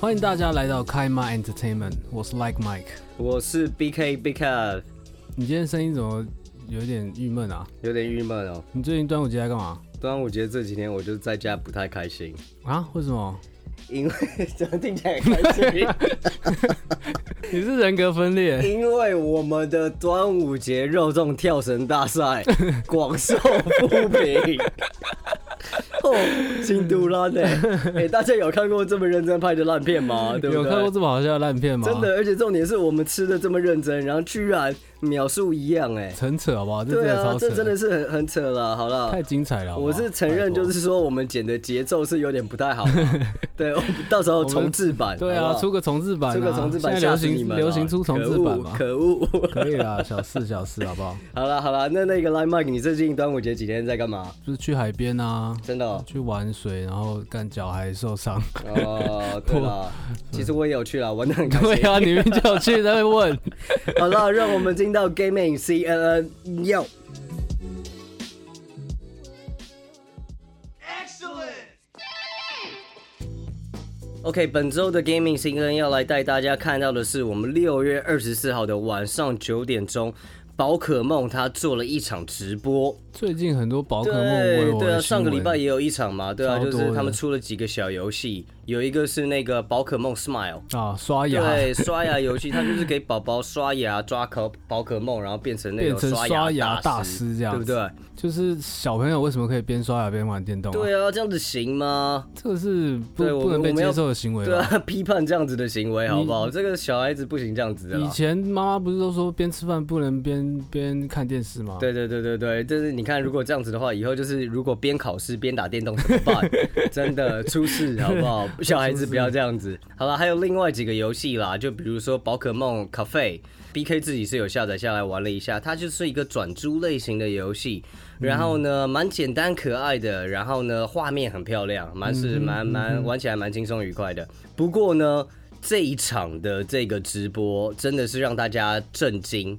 欢迎大家来到开麦 Entertainment，我是 Like Mike。我是 B K B K，你今天声音怎么有点郁闷啊？有点郁闷哦。你最近端午节在干嘛端午节这几天我就在家不太开心，啊？为什么？因为 怎么听起来很 开心？你是人格分裂？因为我们的端午节肉粽跳绳大赛广受不平。 哦，京都烂呢？哎、大家有看过这么认真拍的烂片吗？对不嗯有对？看过这么好笑的烂片吗？真的，，而且重点是我们吃的这么认真，然后居然秒数一样哎、很扯好不好？这真对的啊超，扯，这真的是很很扯了。好了，太精彩了好不好我是承认，就拜是说我们剪的节奏是有点不太 好嘛，对，我到时候重置版，托对好啊，不好出个重置版、啊，出个重置版，现在流吓死你行们流了行出重置版嘛？可恶，可恶！ 可以啦，小事小事好不好？好了好了，那那个 Line Mike，你最近端午节几天在干嘛？就是去海边啊，真的哦，去玩水，然后干脚还受伤。哦 对了，其实我也有去了，玩的很开对心。啊，你们叫我去那边问。 好了，让我们进到 Gaming CNN Yo。OK，本周的 Gaming 新闻要来带大家看到的是，我们六月二十四号的晚上九点钟，宝可梦它做了一场直播。最近很多宝可梦为对我对啊，的新上闻个礼拜也有一场嘛，对啊，超就多的是他们出了几个小游戏，有一个是那个宝可梦 Smile，啊刷 牙对，刷牙游戏，它就是给宝宝刷牙、抓可宝可梦，然后变成那变种成刷牙大大师这样对子不对？就是小朋友为什么可以边刷牙边玩电动、啊？对啊，这样子行吗？这个是不对我不能被我接们要受的行为对吧？啊，批判这样子的行为好不好？这个小孩子不行这样子的以啦。前妈妈不是都说边吃饭不能边边看电视吗？，对对啊对对对，就是你看，如果这样子的话，以后就是如果边考试边打电动怎么办？ 真的出事好不好？小孩子不要这样子。好了，还有另外几个游戏啦，就比如说宝可梦 Cafe。B K 自己是有下载下来玩了一下，它就是一个转珠类型的游戏，嗯然后呢蛮简单可爱的，然后呢画面很漂亮，蛮嗯是蛮蛮玩起来蛮轻松愉快的。不过呢这一场的这个直播真的是让大家震惊，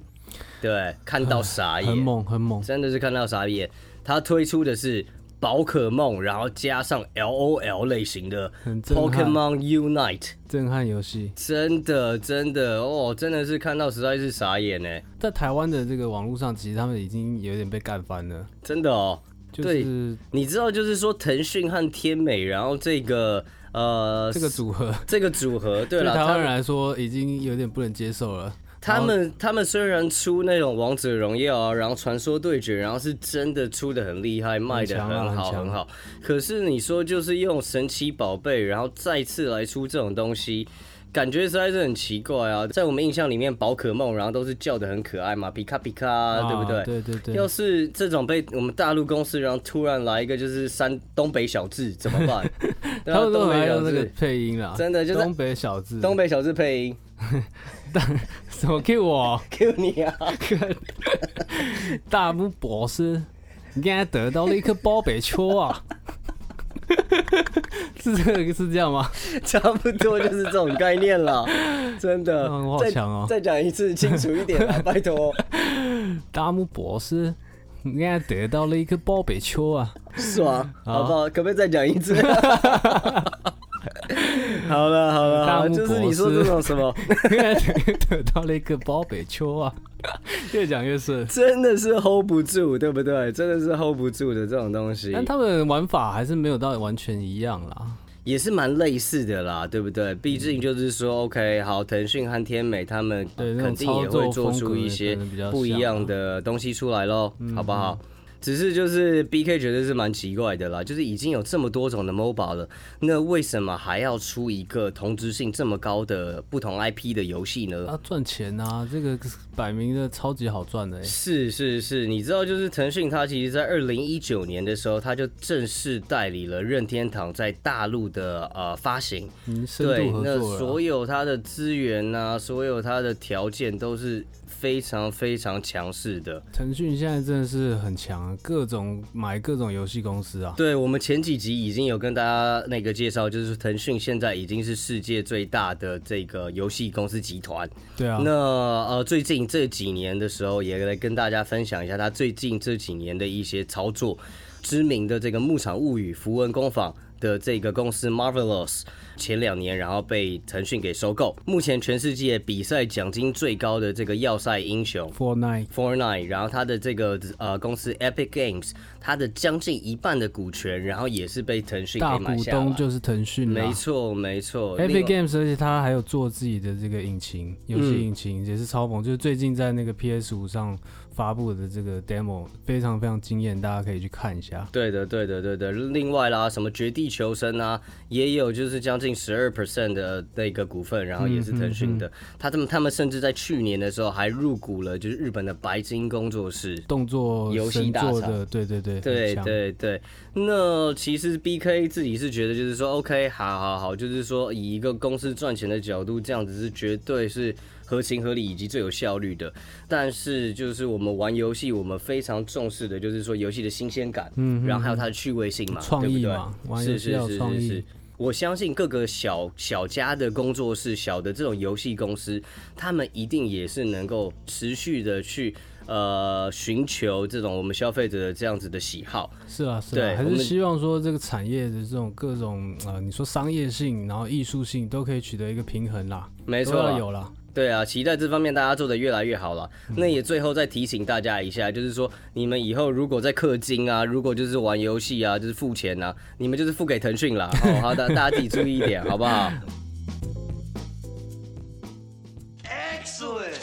对，看到傻眼，啊很猛很猛。真的是看到傻眼。他推出的是宝可梦，然后加上 L O L 类型的很震撼 Pokemon Unite，震撼游戏，真的真的哦，真的是看到实在是傻眼欸呢，在台湾的这个网络上，其实他们已经有点被干翻了。真的哦。就是你知道，就是说腾讯和天美，然后这个呃这个组合，这个组合， 对对了，台他湾人们来说已经有点不能接受了。他们他们虽然出那种王者荣耀啊，然后传说对决，然后是真的出的很厉害，卖的强啊很好很强很好。可是你说就是用神奇宝贝，然后再次来出这种东西。感觉实在是很奇怪啊，在我们印象里面，宝可梦然后都是叫的很可爱嘛，皮卡皮卡，啊对不对？啊对对对。要是这种被我们大陆公司，然后突然来一个就是山东北小智怎么 办？对啊他们都东还北小有那个智，配音啦，真的就是东北小子， 东北小智配音什么 Q 我，Q 你啊！大木博士，你刚才得到了一颗包北丘啊， 是这个是这样吗？ 差不多就是这种概 念了，真的。嗯我好再强哦再讲一次，清楚一点 啊，拜托。大木博士，你刚才得到了一颗包北丘啊，爽，好不好？可不可以再讲一 次？好了好了，大好木了就是你说博士这种什么，你刚才得到了一颗包北丘啊，越讲越顺。真的是 hold 不住，对不对？真的是 hold 不住的这种东西，但他们的玩法还是没有到完全一样啦。也是蛮类似的啦，对不嗯对？毕竟就是说，OK，好，腾讯和天美他们对那种肯定也会做出一些操作风格可能比较像啊嗯不一样的东西出来喽，好不好？只是就是 B K 觉得是蛮奇怪的啦，就是已经有这么多种的 MOBA 了，那为什么还要出一个同质性这么高的不同 IP 的游戏呢？啊，赚钱啊，这个摆明的超级好赚的、欸，是是是，你知道，就是腾讯，它其实在二零一九年的时候，它就正式代理了任天堂在大陆的呃发行，嗯，深对，度合那作了所有它的资源呐、所有它的条件都是非常非常强势的。啊。腾讯现在真的是很强，啊各种买各种游戏公司啊。对我们前几集已经有跟大家那个介绍，就是腾讯现在已经是世界最大的这个游戏公司集团。对啊，那呃，最近这几年的时候，也来跟大家分享一下他最近这几年的一些操作。知名的这个《牧场物语》《符文工坊》的这个公司 Marvelous，前两年然后被腾讯给收购，目前全世界比赛奖金最高的这个要塞英雄 Fortnite Fortnite，然后它的这个呃公司 Epic Games，它的将近一半的股权，然后也是被腾讯大给买股下东了。就是腾讯啦没错，没错。另 Epic 外 Games，而且它还有做自己的这个引擎，游戏引嗯擎也是超猛，就是最近在那个 PS 五上发布的这个 demo 非常非常惊艳，大家可以去看一下。对的，对的，对的。另外啦，什么绝地求生啊，也有就是将近十二 percent 的那个股份，然后也是腾讯嗯的。他们他们甚至在去年的时候还入股了就是日本的白金工作室。动作游戏神大作厂的，对对对，对很强对对，那其实 B K 自己是觉得，就是说，OK，好好好，就是说，以一个公司赚钱的角度，这样子是绝对是合情合理以及最有效率的。但是，就是我们玩游戏，我们非常重视的就是说游戏的新鲜感，嗯，然后还有它的趣味性嘛，创意对不对嘛玩游戏要有创意我相信各个小小家的工作室、小的这种游戏公司，他们一定也是能够持续的去呃寻求这种我们消费者的这样子的喜好。是啊是对啊，还我是们希望说这个产业的这种各种呃，你说商业性，然后艺术性都可以取得一个平衡啦，没错都啊要有啦。对啊，期待这方面大家做的越来越好了。嗯那也最后再提醒大家一下，就是说你们以后如果在氪金啊，如果就是玩游戏啊，就是付钱啊，你们就是付给 腾讯啦。哦，好的，大家自己注意一点，好不好？ Excellent.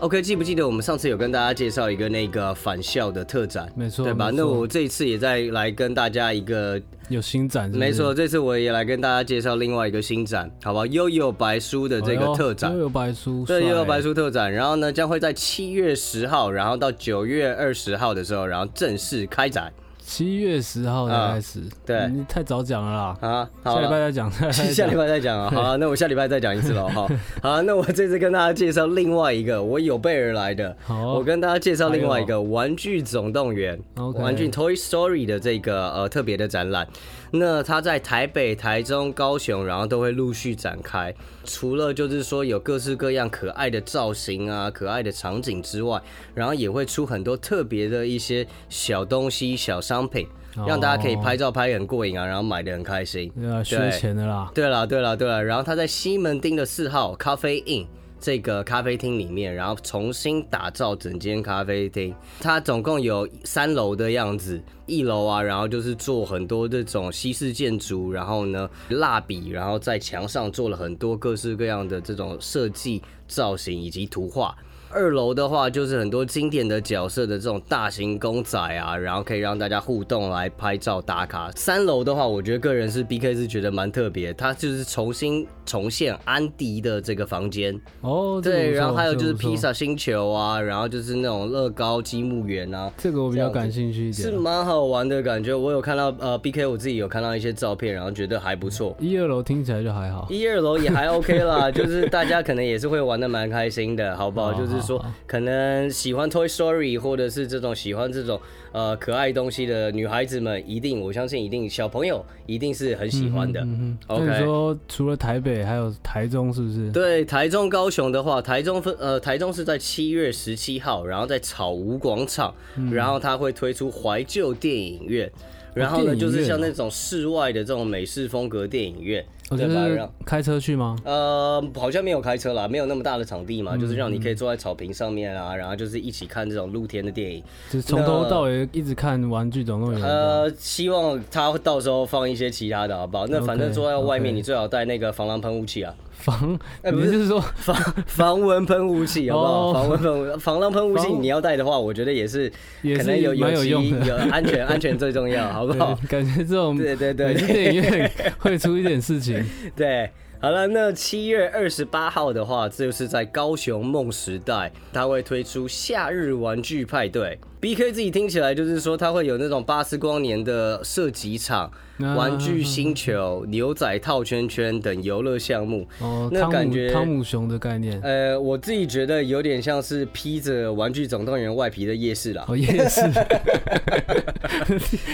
OK，记不记得我们上次有跟大家介绍一个那个返校的特展，没错对吧？没错那我这一次也再来跟大家一个，有新展是不是没错，，这次我也来跟大家介绍另外一个新展，好吧？悠悠白书的这哎个呦特展又，有白书，对，帅悠悠白，书特展，然后呢将会在七月十号，然后到九月二十号的时候，然后正式开展七月十号才开始，嗯对你太早讲了啦，啊。好下礼拜了。再讲，下礼拜再讲 下礼拜再讲啊，好啊，那我下礼拜再讲一次了哈。好啊，那我这次跟大家介绍另外一个我有备而来的， 好哦哎我跟大家介绍另外一个《玩具总动员》 OK 玩具 Toy Story 的这个呃特别的展览。那它在台北、台中、高雄，然后都会陆续展开。除了就是说有各式各样可爱的造型啊、可爱的场景之外，然后也会出很多特别的一些小东西、小商品，让大哦家可以拍照拍得很过瘾啊，然后买的很开心。对啊，对缺钱的啦，对了，对了，对了，然后他在西门町的四号咖啡 in 这个咖啡厅里面，然后重新打造整间咖啡厅。它总共有三楼的样子，一楼啊，然后就是做很多这种西式建筑，然后呢蜡笔，然后在墙上做了很多各式各样的这种设计造型以及图画。二楼的话，就是很多经典的角色的这种大型公仔啊，然后可以让大家互动来拍照打卡。三楼的话，我觉得个人是 B K 是觉得蛮特别，它就是重新重现安迪的这个房间，哦，这个对，不错然后还有就是这个不错披萨星球啊，然后就是那种乐高积木园啊，这个我比较这样感子兴趣一是点。蛮好玩的感觉。我有看到呃 B K 我自己有看到一些照片，然后觉得还不错。一二楼听起来就还好， 一二楼也还 OK 啦，就是大家可能也是会玩的蛮开心的，好不好？好就是说好好，可能喜欢 Toy Story 或者是这种喜欢这种呃可爱东西的女孩子们，一定我相信一定小朋友一定是很喜欢的。嗯哼， OK 那你说除了台北，还有台中是不是？对，台中、高雄的话，台中分呃，台中是在七月十七号，然后在草屋广场，嗯然后它会推出怀旧电影院，然后呢，电影就是院像哦那种室外的这种美式风格电影院，我对哦就吧？是让开车去吗？呃，好像没有开车啦，没有那么大的场地嗯嘛，就是让你可以坐在草坪上面啊，然后就是一起看这种露天的电影。就是从头到尾一直看《玩具总动员》 呃，希望他到时候放一些其他的，好不好？那反正 OK，坐在外面， OK 你最好带那个防狼喷雾器啊，防，哎不你是是说防防蚊喷雾器，好不好？哦防蚊喷雾，防狼喷雾器，防你要带的话，我觉得也是，也可是能有蛮有其用的有安全，安全最重要，好不好？对感觉这种对对对每次电影院会出一点事 情，对，好了，那七月二十八号的话，这就是在高雄梦时代，它会推出夏日玩具派对。B K 自己听起来就是说，它会有那种巴斯光年的射击场、啊玩具星球、牛仔套圈圈等游乐项目。哦，那汤感姆觉汤姆熊的概念，呃，我自己觉得有点像是披着《玩具总动员》外皮的夜市啦。哦也 是，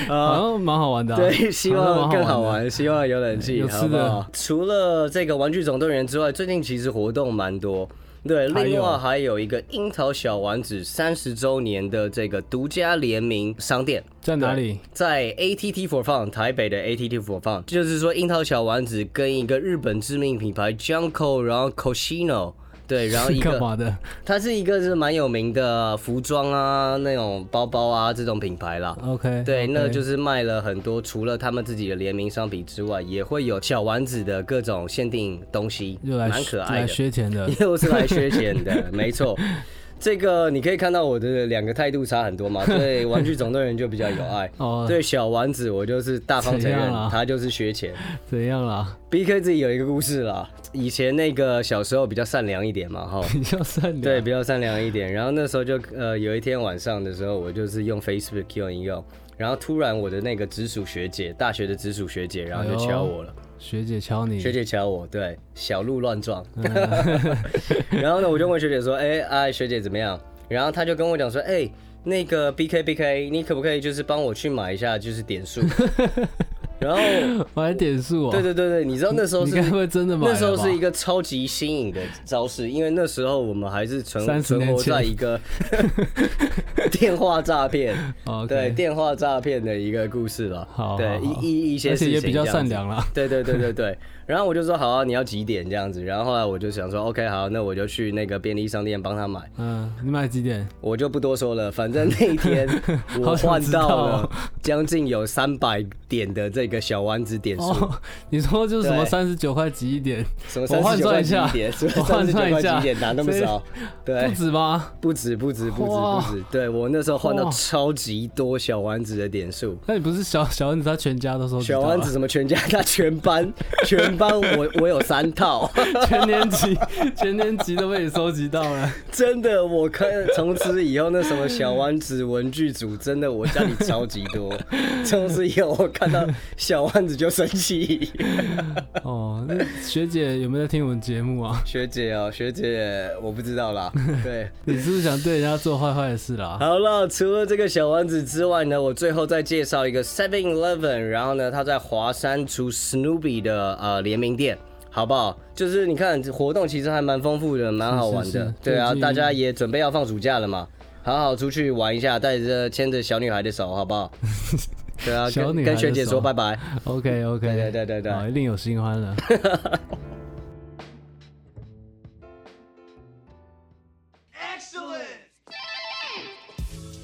好像蛮好玩的啊， 对，希望更好好像蛮的。玩，希望有冷气，有好吃不的好？除了这个玩具总动员之外，最近其实活动蛮多。对，还有另外还有一个樱桃小丸子三十周年的这个独家联名商店。在哪里？在 ATT for Fun 台北的 ATT for Fun，就是说樱桃小丸子跟一个日本知名品牌 Junko，然后 Cosino，对，然后一干个嘛的？它是一个是蛮有名的服装啊、那种包包啊这种品牌啦。 OK，哎对，那就是是卖了很多，除了他们自己的联名商品之外，也会有小丸子的各种限定东西，又来蛮可爱来的。，削钱的，又是来削钱的，没错。这个你可以看到我的两个态度差很多嘛，对《玩具总动员》就比较有爱哦对小丸子我就是大方承怎认样啊他就是削钱。怎样啦？ B K 自己有一个故事啦，以前那个小时候比较善良一点嘛，哈，比较善良，对，比较善良一点。然后那时候就呃，有一天晚上的时候，我就是用 Facebook 用一用，然后突然我的那个直属学姐，大学的直属学姐，然后就哎呦敲我了。学姐敲你，学姐瞧我，对，小鹿乱撞。啊 然后呢，我就问学姐说：“哎、哎，学姐怎么样？”然后她就跟我讲说：“哎、那个 B K B K，你可不可以就是帮我去买一下就是点数？” 然后，我还点数哦，对对对对，你知道那时候你是该不会真的买了那吧？时候是一个超级新颖的招式，因为那时候我们还是存30存年活前在 一个电话诈骗，哦，OK 对电话诈骗的一个故事了。好对好好一一一些而事且情也比较这样善子良啦。对对对对对，然后我就说好啊，你要几点这样子？然后后来我就想说，OK，好，那我就去那个便利商店帮他买，嗯，你买几点？我就不多说了。反正那一 天我好想换知道到哦了将近有三百点的这个小丸子点数，哦， 你说就是什么对三十九块几一点，什么我三换十九算块一几下点，什么我三换十九算块一下几点，哪那么所以少？对不，止吗？不止不止不止不哇止，对我那时候换到哇超级多小丸子的点数。那你不是小小丸子他全家都收集小到啊丸了子什么全家，他全班全班我我有三套， 全年级全年级都被你收集到了，真的，我看从此以后那什么小丸子文具组，真的我家里超级 多。从此以后我看到小丸子就生气。哦，那学姐有没有在听我们节目啊？ 学姐哦，学姐，我不知道啦。对，你是不是想对人家做坏坏的事啦？好了，除了这个小丸子之外呢，我最后再介绍一个 Seven Eleven，然后呢，它在华山出 Snoopy 的呃联名店。好不好？就是你看活动其实还蛮丰富的，蛮好玩的。是是对啊，最近大家也准备要放暑假了嘛，好好出去玩一下，带着牵着小女孩的手，好 不好？对啊，小女跟孩跟的学姐手说拜拜。 OK OK，对对对对哦好，一定有新欢了。 Excellent!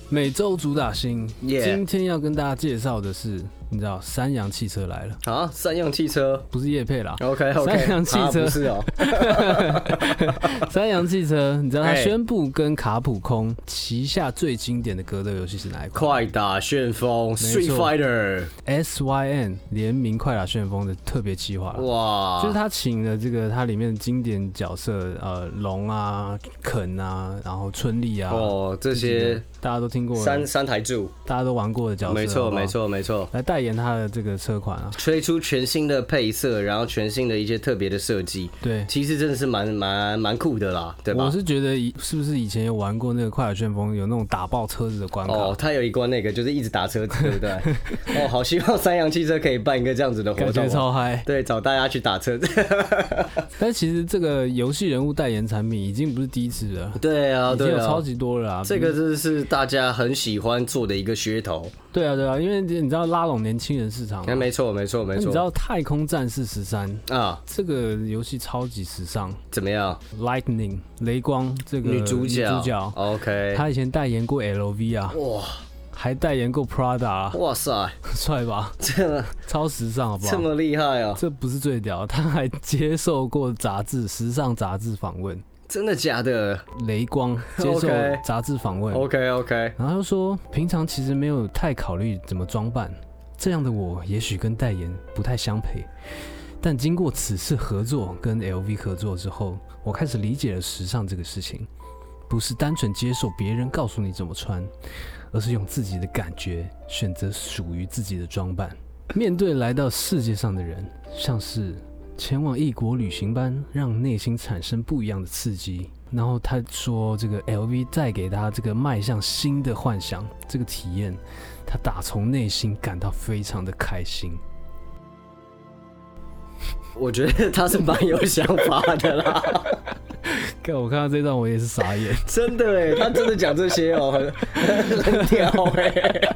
每周主打新 Yeah 今天要跟大家介绍的是，你知道三洋汽车来了，啊，三用汽车不是叶配啦。 ，OK OK，三辆汽车不是哦， 三洋汽车，你知道它哎宣布跟卡普空旗下最经典的格斗游戏是哪一款快打旋风 Street Fighter， ？SYN 联名快打旋风的特别企划啦。哇，就是他请了这个它里面的经典角色，呃，龙啊、肯啊，然后春丽啊，哦，这这几些个大家都听过，三三台柱，大家都玩过的角色，没错好不好没，错没错，来代言他的这个车款啊，推出全新的配色，然后全新的一些特别的设计，对。其实真的是蛮蛮蛮酷的啦，对我吧？是觉得以是不是以前有玩过那个《快打旋风》，有那种打爆车子的关卡？哦，他有一关那个就是一直打车子，对不对？ 哦，好希望三洋汽车可以办一个这样子的活感觉动哦、超嗨，对，找大家去打车 子。但其实这个游戏人物代言产品已经不是第一次了，对啊，已经对有啊，超级多了啊。这个真的是大家很喜欢做的一个噱头。对啊对啊，因为你知道拉拢年轻人市场嘛，哎、没错，没错，没那你知错。道《太空战士十三》啊，这个游戏超级时尚，怎么样？ Lightning 雷光这个女主角女主角， ，OK，她以前代言过 LV 啊，哇还代言过 Prada，啊 哇塞，帅吧？这么超时尚好不这好？么厉害哦、这不是最屌，她还接受过杂志时尚杂志访问，真的假的雷光接受 OK 杂志访问？OK OK，然后她就说平常其实没有太考虑怎么装扮，这样的我也许跟代言不太相配。但经过此次合作跟 LV 合作之后，我开始理解了时尚这个事情，不是单纯接受别人告诉你怎么穿，而是用自己的感觉选择属于自己的装扮。面对来到世界上的人，像是前往异国旅行般，让内心产生不一样的刺激。然后他说，这个 LV 带给他这个迈向新的幻想，这个体验，他打从内心感到非常的开心。我觉得他是蛮有想法的啦。 看我看到这段我也是傻眼， 真的哎，他真的讲这些哦，很 很屌哎，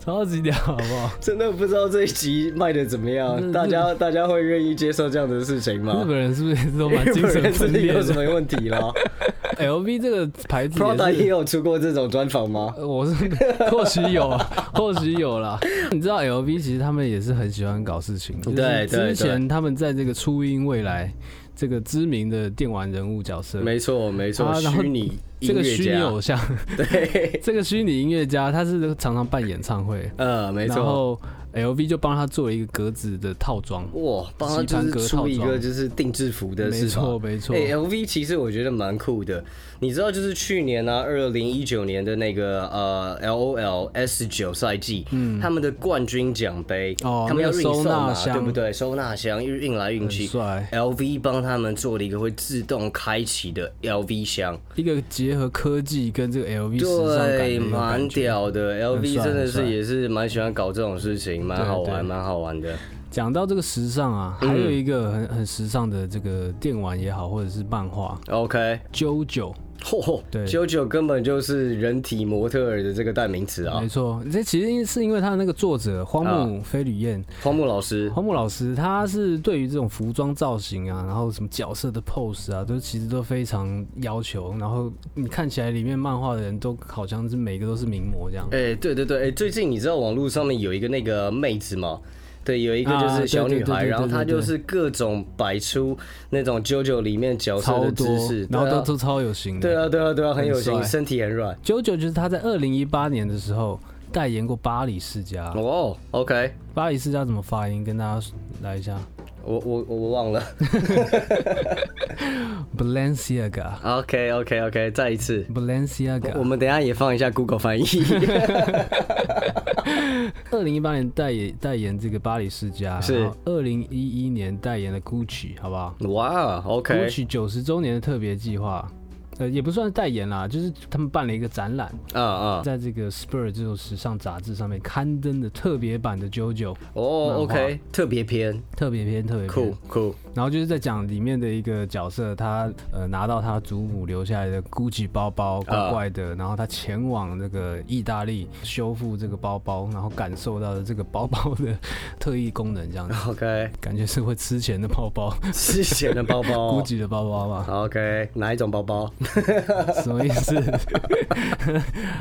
超级屌，好不好？真的不知道这一集卖的怎么嗯样，大家大家会愿意接受这样的事情吗日？本人是不是都蛮啊日精本神人这分里裂有什 的么问题啦？LV 这个牌子？Prada 也也是，有出过这种专访吗？呃我是或许有，啊或许有 啦。你知道 LV 其实他们也是很喜欢搞事情，就是对对对之前他们在这个初音未来这个知名的电玩人物角色，没错没错，啊然后虚拟这音个乐虚拟家，偶像， 对，这个虚拟音乐家，他是常常办演唱会，呃，没然错。后 LV 就帮他做了一个格子的套装，哇，帮他就棋盘格是出一套个装就是定制服的没市场错，没错，哎、l v 其实我觉得蛮酷的。你知道，就是去年呢、啊，二零一九年的那个呃 LOL S 九赛季，他们的冠军奖杯，嗯哦他们要运送那嘛个收纳，箱对不对？收纳箱运运来运去很帅，LV 帮他们做了一个会自动开启的 LV 箱，一个结合科技跟这个 LV 时尚感的一对，个蛮感觉。屌的。LV 帅真的很是帅也是蛮喜欢搞这种事情，蛮好对玩，对蛮好玩的。讲到这个时尚啊，嗯还有一个很很时尚的这个电玩也好，或者是漫画 OK， ，JoJo，嚯嚯，对九九根本就是人体模特儿的这个代名词啊没。错，这其实是因为他的那个作者荒木飞吕彦，荒木老师，荒木老师，他是对于这种服装造型啊，然后什么角色的 pose 啊，都其实都非常要求。然后你看起来里面漫画的人都好像是每个都是名模这样。哎、对对对，哎、最近你知道网络上面有一个那个妹子嘛？对，有一个啊就是小女对对对孩，对然后她对对就是各种摆出那种 JoJo 里面角色超的多姿势，，然后对都啊都超有型的。对啊对啊对啊，很有型，很帅身体很软。九九就是他在二零一八年的时候代言过巴黎世家。哦、o k 巴黎世家怎么发音？跟大家来一下我我我我忘了。 ，Balenciaga。 OK OK OK，再一次，我 Balenciaga，们等一下也放一下 Google 翻 译。二零一八年代言代言这个巴黎世家，是二零一一年代言了 GUCCI，好不好哇，OK， ？GUCCI 九十周年的特别计划，呃，也不算是代言啦，就是他们办了一个展览，啊啊，在这个 Spur 这种时尚杂志上面刊登的特别版的 JoJo 哦，OK，特别篇，特别篇，特别篇酷酷，然后就是在讲里面的一个角色，他呃拿到他祖母留下来的 GUCCI 包包，怪怪的，然后他前往那个意大利修复这个包包，然后感受到了这个包包 的 特异功能，这样子 OK，感觉是会吃钱的包包之前的包包，GUCCI 的包包吧？ ，OK，哪一种包包？什么意思？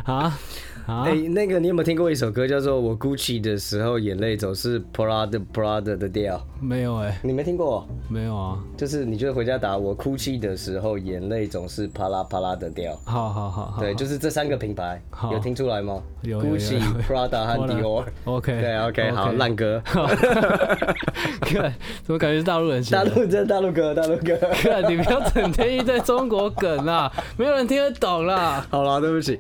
啊啊哎、！那个你有没有听过一首歌叫做《我 Gucci 的时候眼泪总是 Prada Prada 的调没有哎、》？你没听过？没有啊。就是你就回家打“我哭泣的时候眼泪总是啪啦啪啦的掉好好好”。好，对，就是这三个品牌，好有听出来吗有有有？Gucci 有、 Prada 和 Dior。 OK，对，OK，好，烂。歌，看，怎么感觉是大陆人写大的？陆这大陆歌，大陆歌。看，你不要整天一堆中国梗啦，没有人听得懂啦。好了，对不起。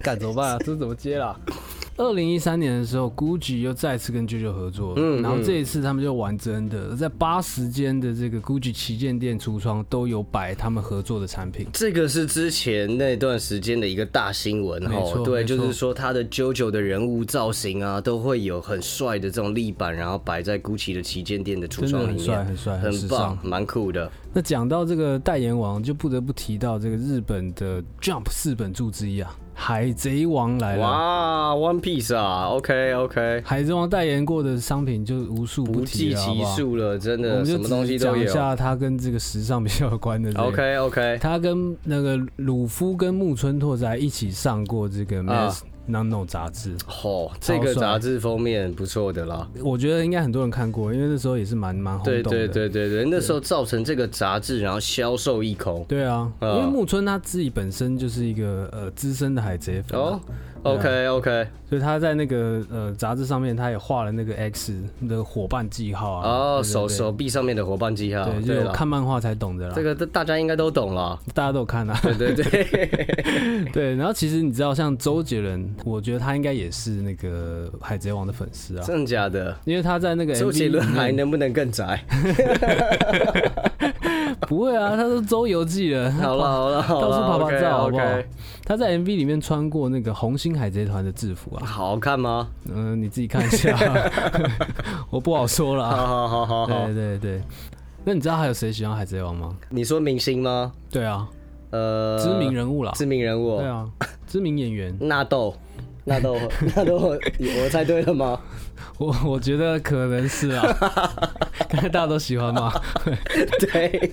干怎么办啊？这怎么接啦？ 二零一三年的时候，GUCCI 又再次跟 JoJo 合作，嗯然后这一次他们就玩真的，在八十间的这个 GUCCI 旗舰店橱窗都有摆他们合作的产品。这个是之前那段时间的一个大新闻没哈，错对，没错就是说他的 JoJo 的人物造型啊，都会有很帅的这种立板，然后摆在 GUCCI 的旗舰店的橱真的窗里很帅，面，很帅，很很时棒尚。，蛮酷的。那讲到这个代言王，就不得不提到这个日本的 Jump 四本柱之一啊，《海贼王》来了。哇，One Piece 啊，OK OK，海贼王代言过的商品就无数不提计了，好其不好？数了，真我的，们就什么东只西都讲一有。下它跟这个时尚比较有关的这个。 OK OK，他跟那个鲁夫跟木村拓哉一起上过这个《啊 Mass Nano》杂志，吼，这个超帅杂志封面不错的啦。我觉得应该很多人看过，因为那时候也是蛮蛮轰对动的。对对对对，那时候造成这个杂志，然后销售一空。对啊，因啊为木村他自己本身就是一个呃资深的海贼粉啊、哦，OK OK，所以他在那个呃杂志上面，他也画了那个 X 的伙伴记号啊，哦，对对手对手臂上面的伙伴记号，对，就对有了，看漫画才懂的啦，这个大大家应该都懂 了。大家都有看啊。对对对，对，然后其实你知道，像周杰伦，我觉得他应该也是那个海贼王的粉丝啊，真的假的？因为他在那个 MV 周杰伦里面还能不能更宅？ 不会啊，他都周游记了。 好了好了好了，到处拍拍照好不好 OK，OK 他在 MV 里面穿过那个红星海贼团的制服啊， 好看吗？嗯、 你自己看一下，我不好说了啊。 好好好好好对。对对，那你知道还有谁喜欢海贼王吗？你说明星吗？对啊，呃，知名人物啦，知名人物对哦，啊，知名演员，纳豆，纳豆， 纳豆，我猜对 了吗？我我觉得可能是啊， 刚才大家都喜欢嘛。对，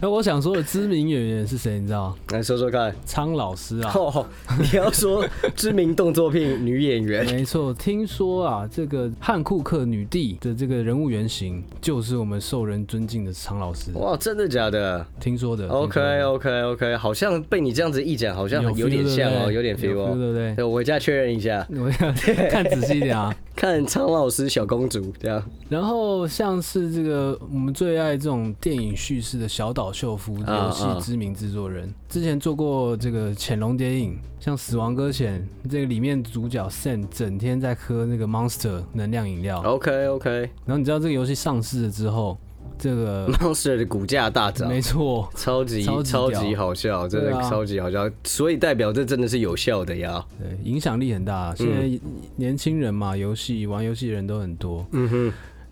那我想说的知名演员是谁？你知道？来说说看。苍老师啊，哦，你要说知名动作片女演 员，没错。听说啊，这个汉库克女帝的这个人物原型就是我们受人尊敬的苍老师，哇，真的假的听说的。 ？OK OK OK，好像被你这样子一讲，好像有点像哦，有有点 feel 对哦。不对？ 对，我回家确认一下，我要 看仔细一点啊。看苍老师小公主这样。然后像是这个我们最爱这种电影叙事的小岛秀夫，啊游戏知名制作人，之前做过这个《潜龙谍影》，像《死亡搁浅》这个里面主角 Sam 整天在喝那个 Monster 能量饮料， OK OK，然后你知道这个游戏上市了之后，这 个 Monster 的股价大涨，没错，超级超级超屌级好笑，真的对啊超级好笑，所以代表这真的是有效的呀。对，影响力很大。啊嗯现在年轻人嘛，游戏玩游戏的人都很多。嗯哼，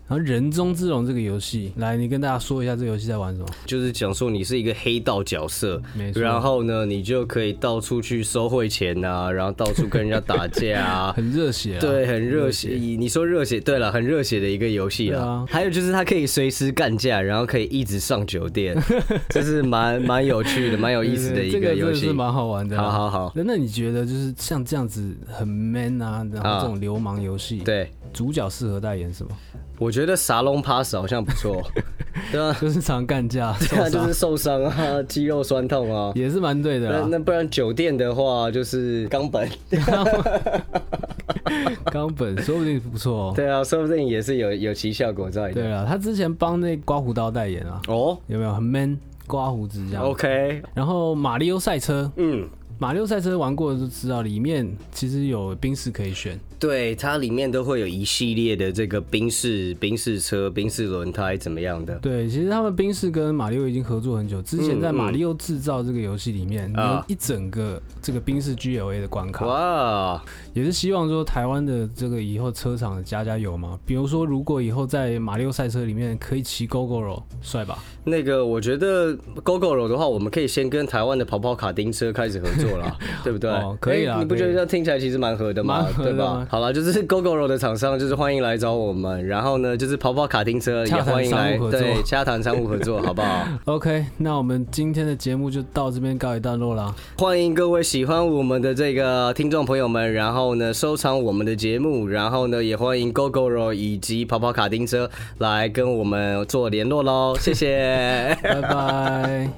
然后《人中之龙》这个游戏，来，你跟大家说一下这个游戏在玩什么？就是讲说你是一个黑道角色没，错然后呢，你就可以到处去收汇钱啊，然后到处跟人家打架 啊。很热血啊！对，很热血。以你说热血，对了，很热血的一个游戏对啦啊。还有就是它可以随时干架，然后可以一直上酒店，这是蛮蛮有趣的、蛮有对，意思的对一这个游真的戏是。蛮好玩的啊。好好好，那那你觉得就是像这样子很 man 啊，然后这种流氓游戏，，对，主角适合代言什么？ 我觉得沙龙 pass 好像不错，对啊，就是常干架，受 对啊，伤、就是受伤啊，肌肉酸痛啊。也是蛮对的那啦。那不然酒店的话就是冈本，冈本说不定不错哦。 对啊，说不定也是有有其效果在的。对了，他之前帮那刮胡刀代言啊，哦有没有很 man？刮胡子这样。 ，OK，然后马里奥赛车，嗯，马里奥赛车玩过的就知道，里面其实有宾士可以选。对，它里面都会有一系列的这个宾士、宾士车、宾士轮胎怎么样的。对，其实他们宾士跟马里奥已经合作很久，之前在嗯嗯马里奥制造这个游戏里面，啊有一整个这个宾士 GLA 的关卡。哇，也是希望说台湾的这个以后车厂加加油嘛。比如说，如果以后在马六赛车里面可以骑 GoGoRo，帅吧？那个我觉得 GoGoRo 的话，我们可以先跟台湾的跑跑卡丁车开始合作 啦，对不对？哦可以啦哎你不可以觉得这样听起来其实蛮合的吗蛮？合的对吧啊？好啦，就是 GoGoRo 的厂商就是欢迎来找我们，然后呢，就是跑跑卡丁车也洽谈欢迎来商务合作对洽谈商务合作，好不好？ OK，那我们今天的节目就到这边告一段落啦。欢迎各位喜欢我们的这个听众朋友们，然后呢收藏我们的节目，然后呢也欢迎 GoGoRo 以及跑跑卡丁车来跟我们做联络喽，谢谢。拜拜。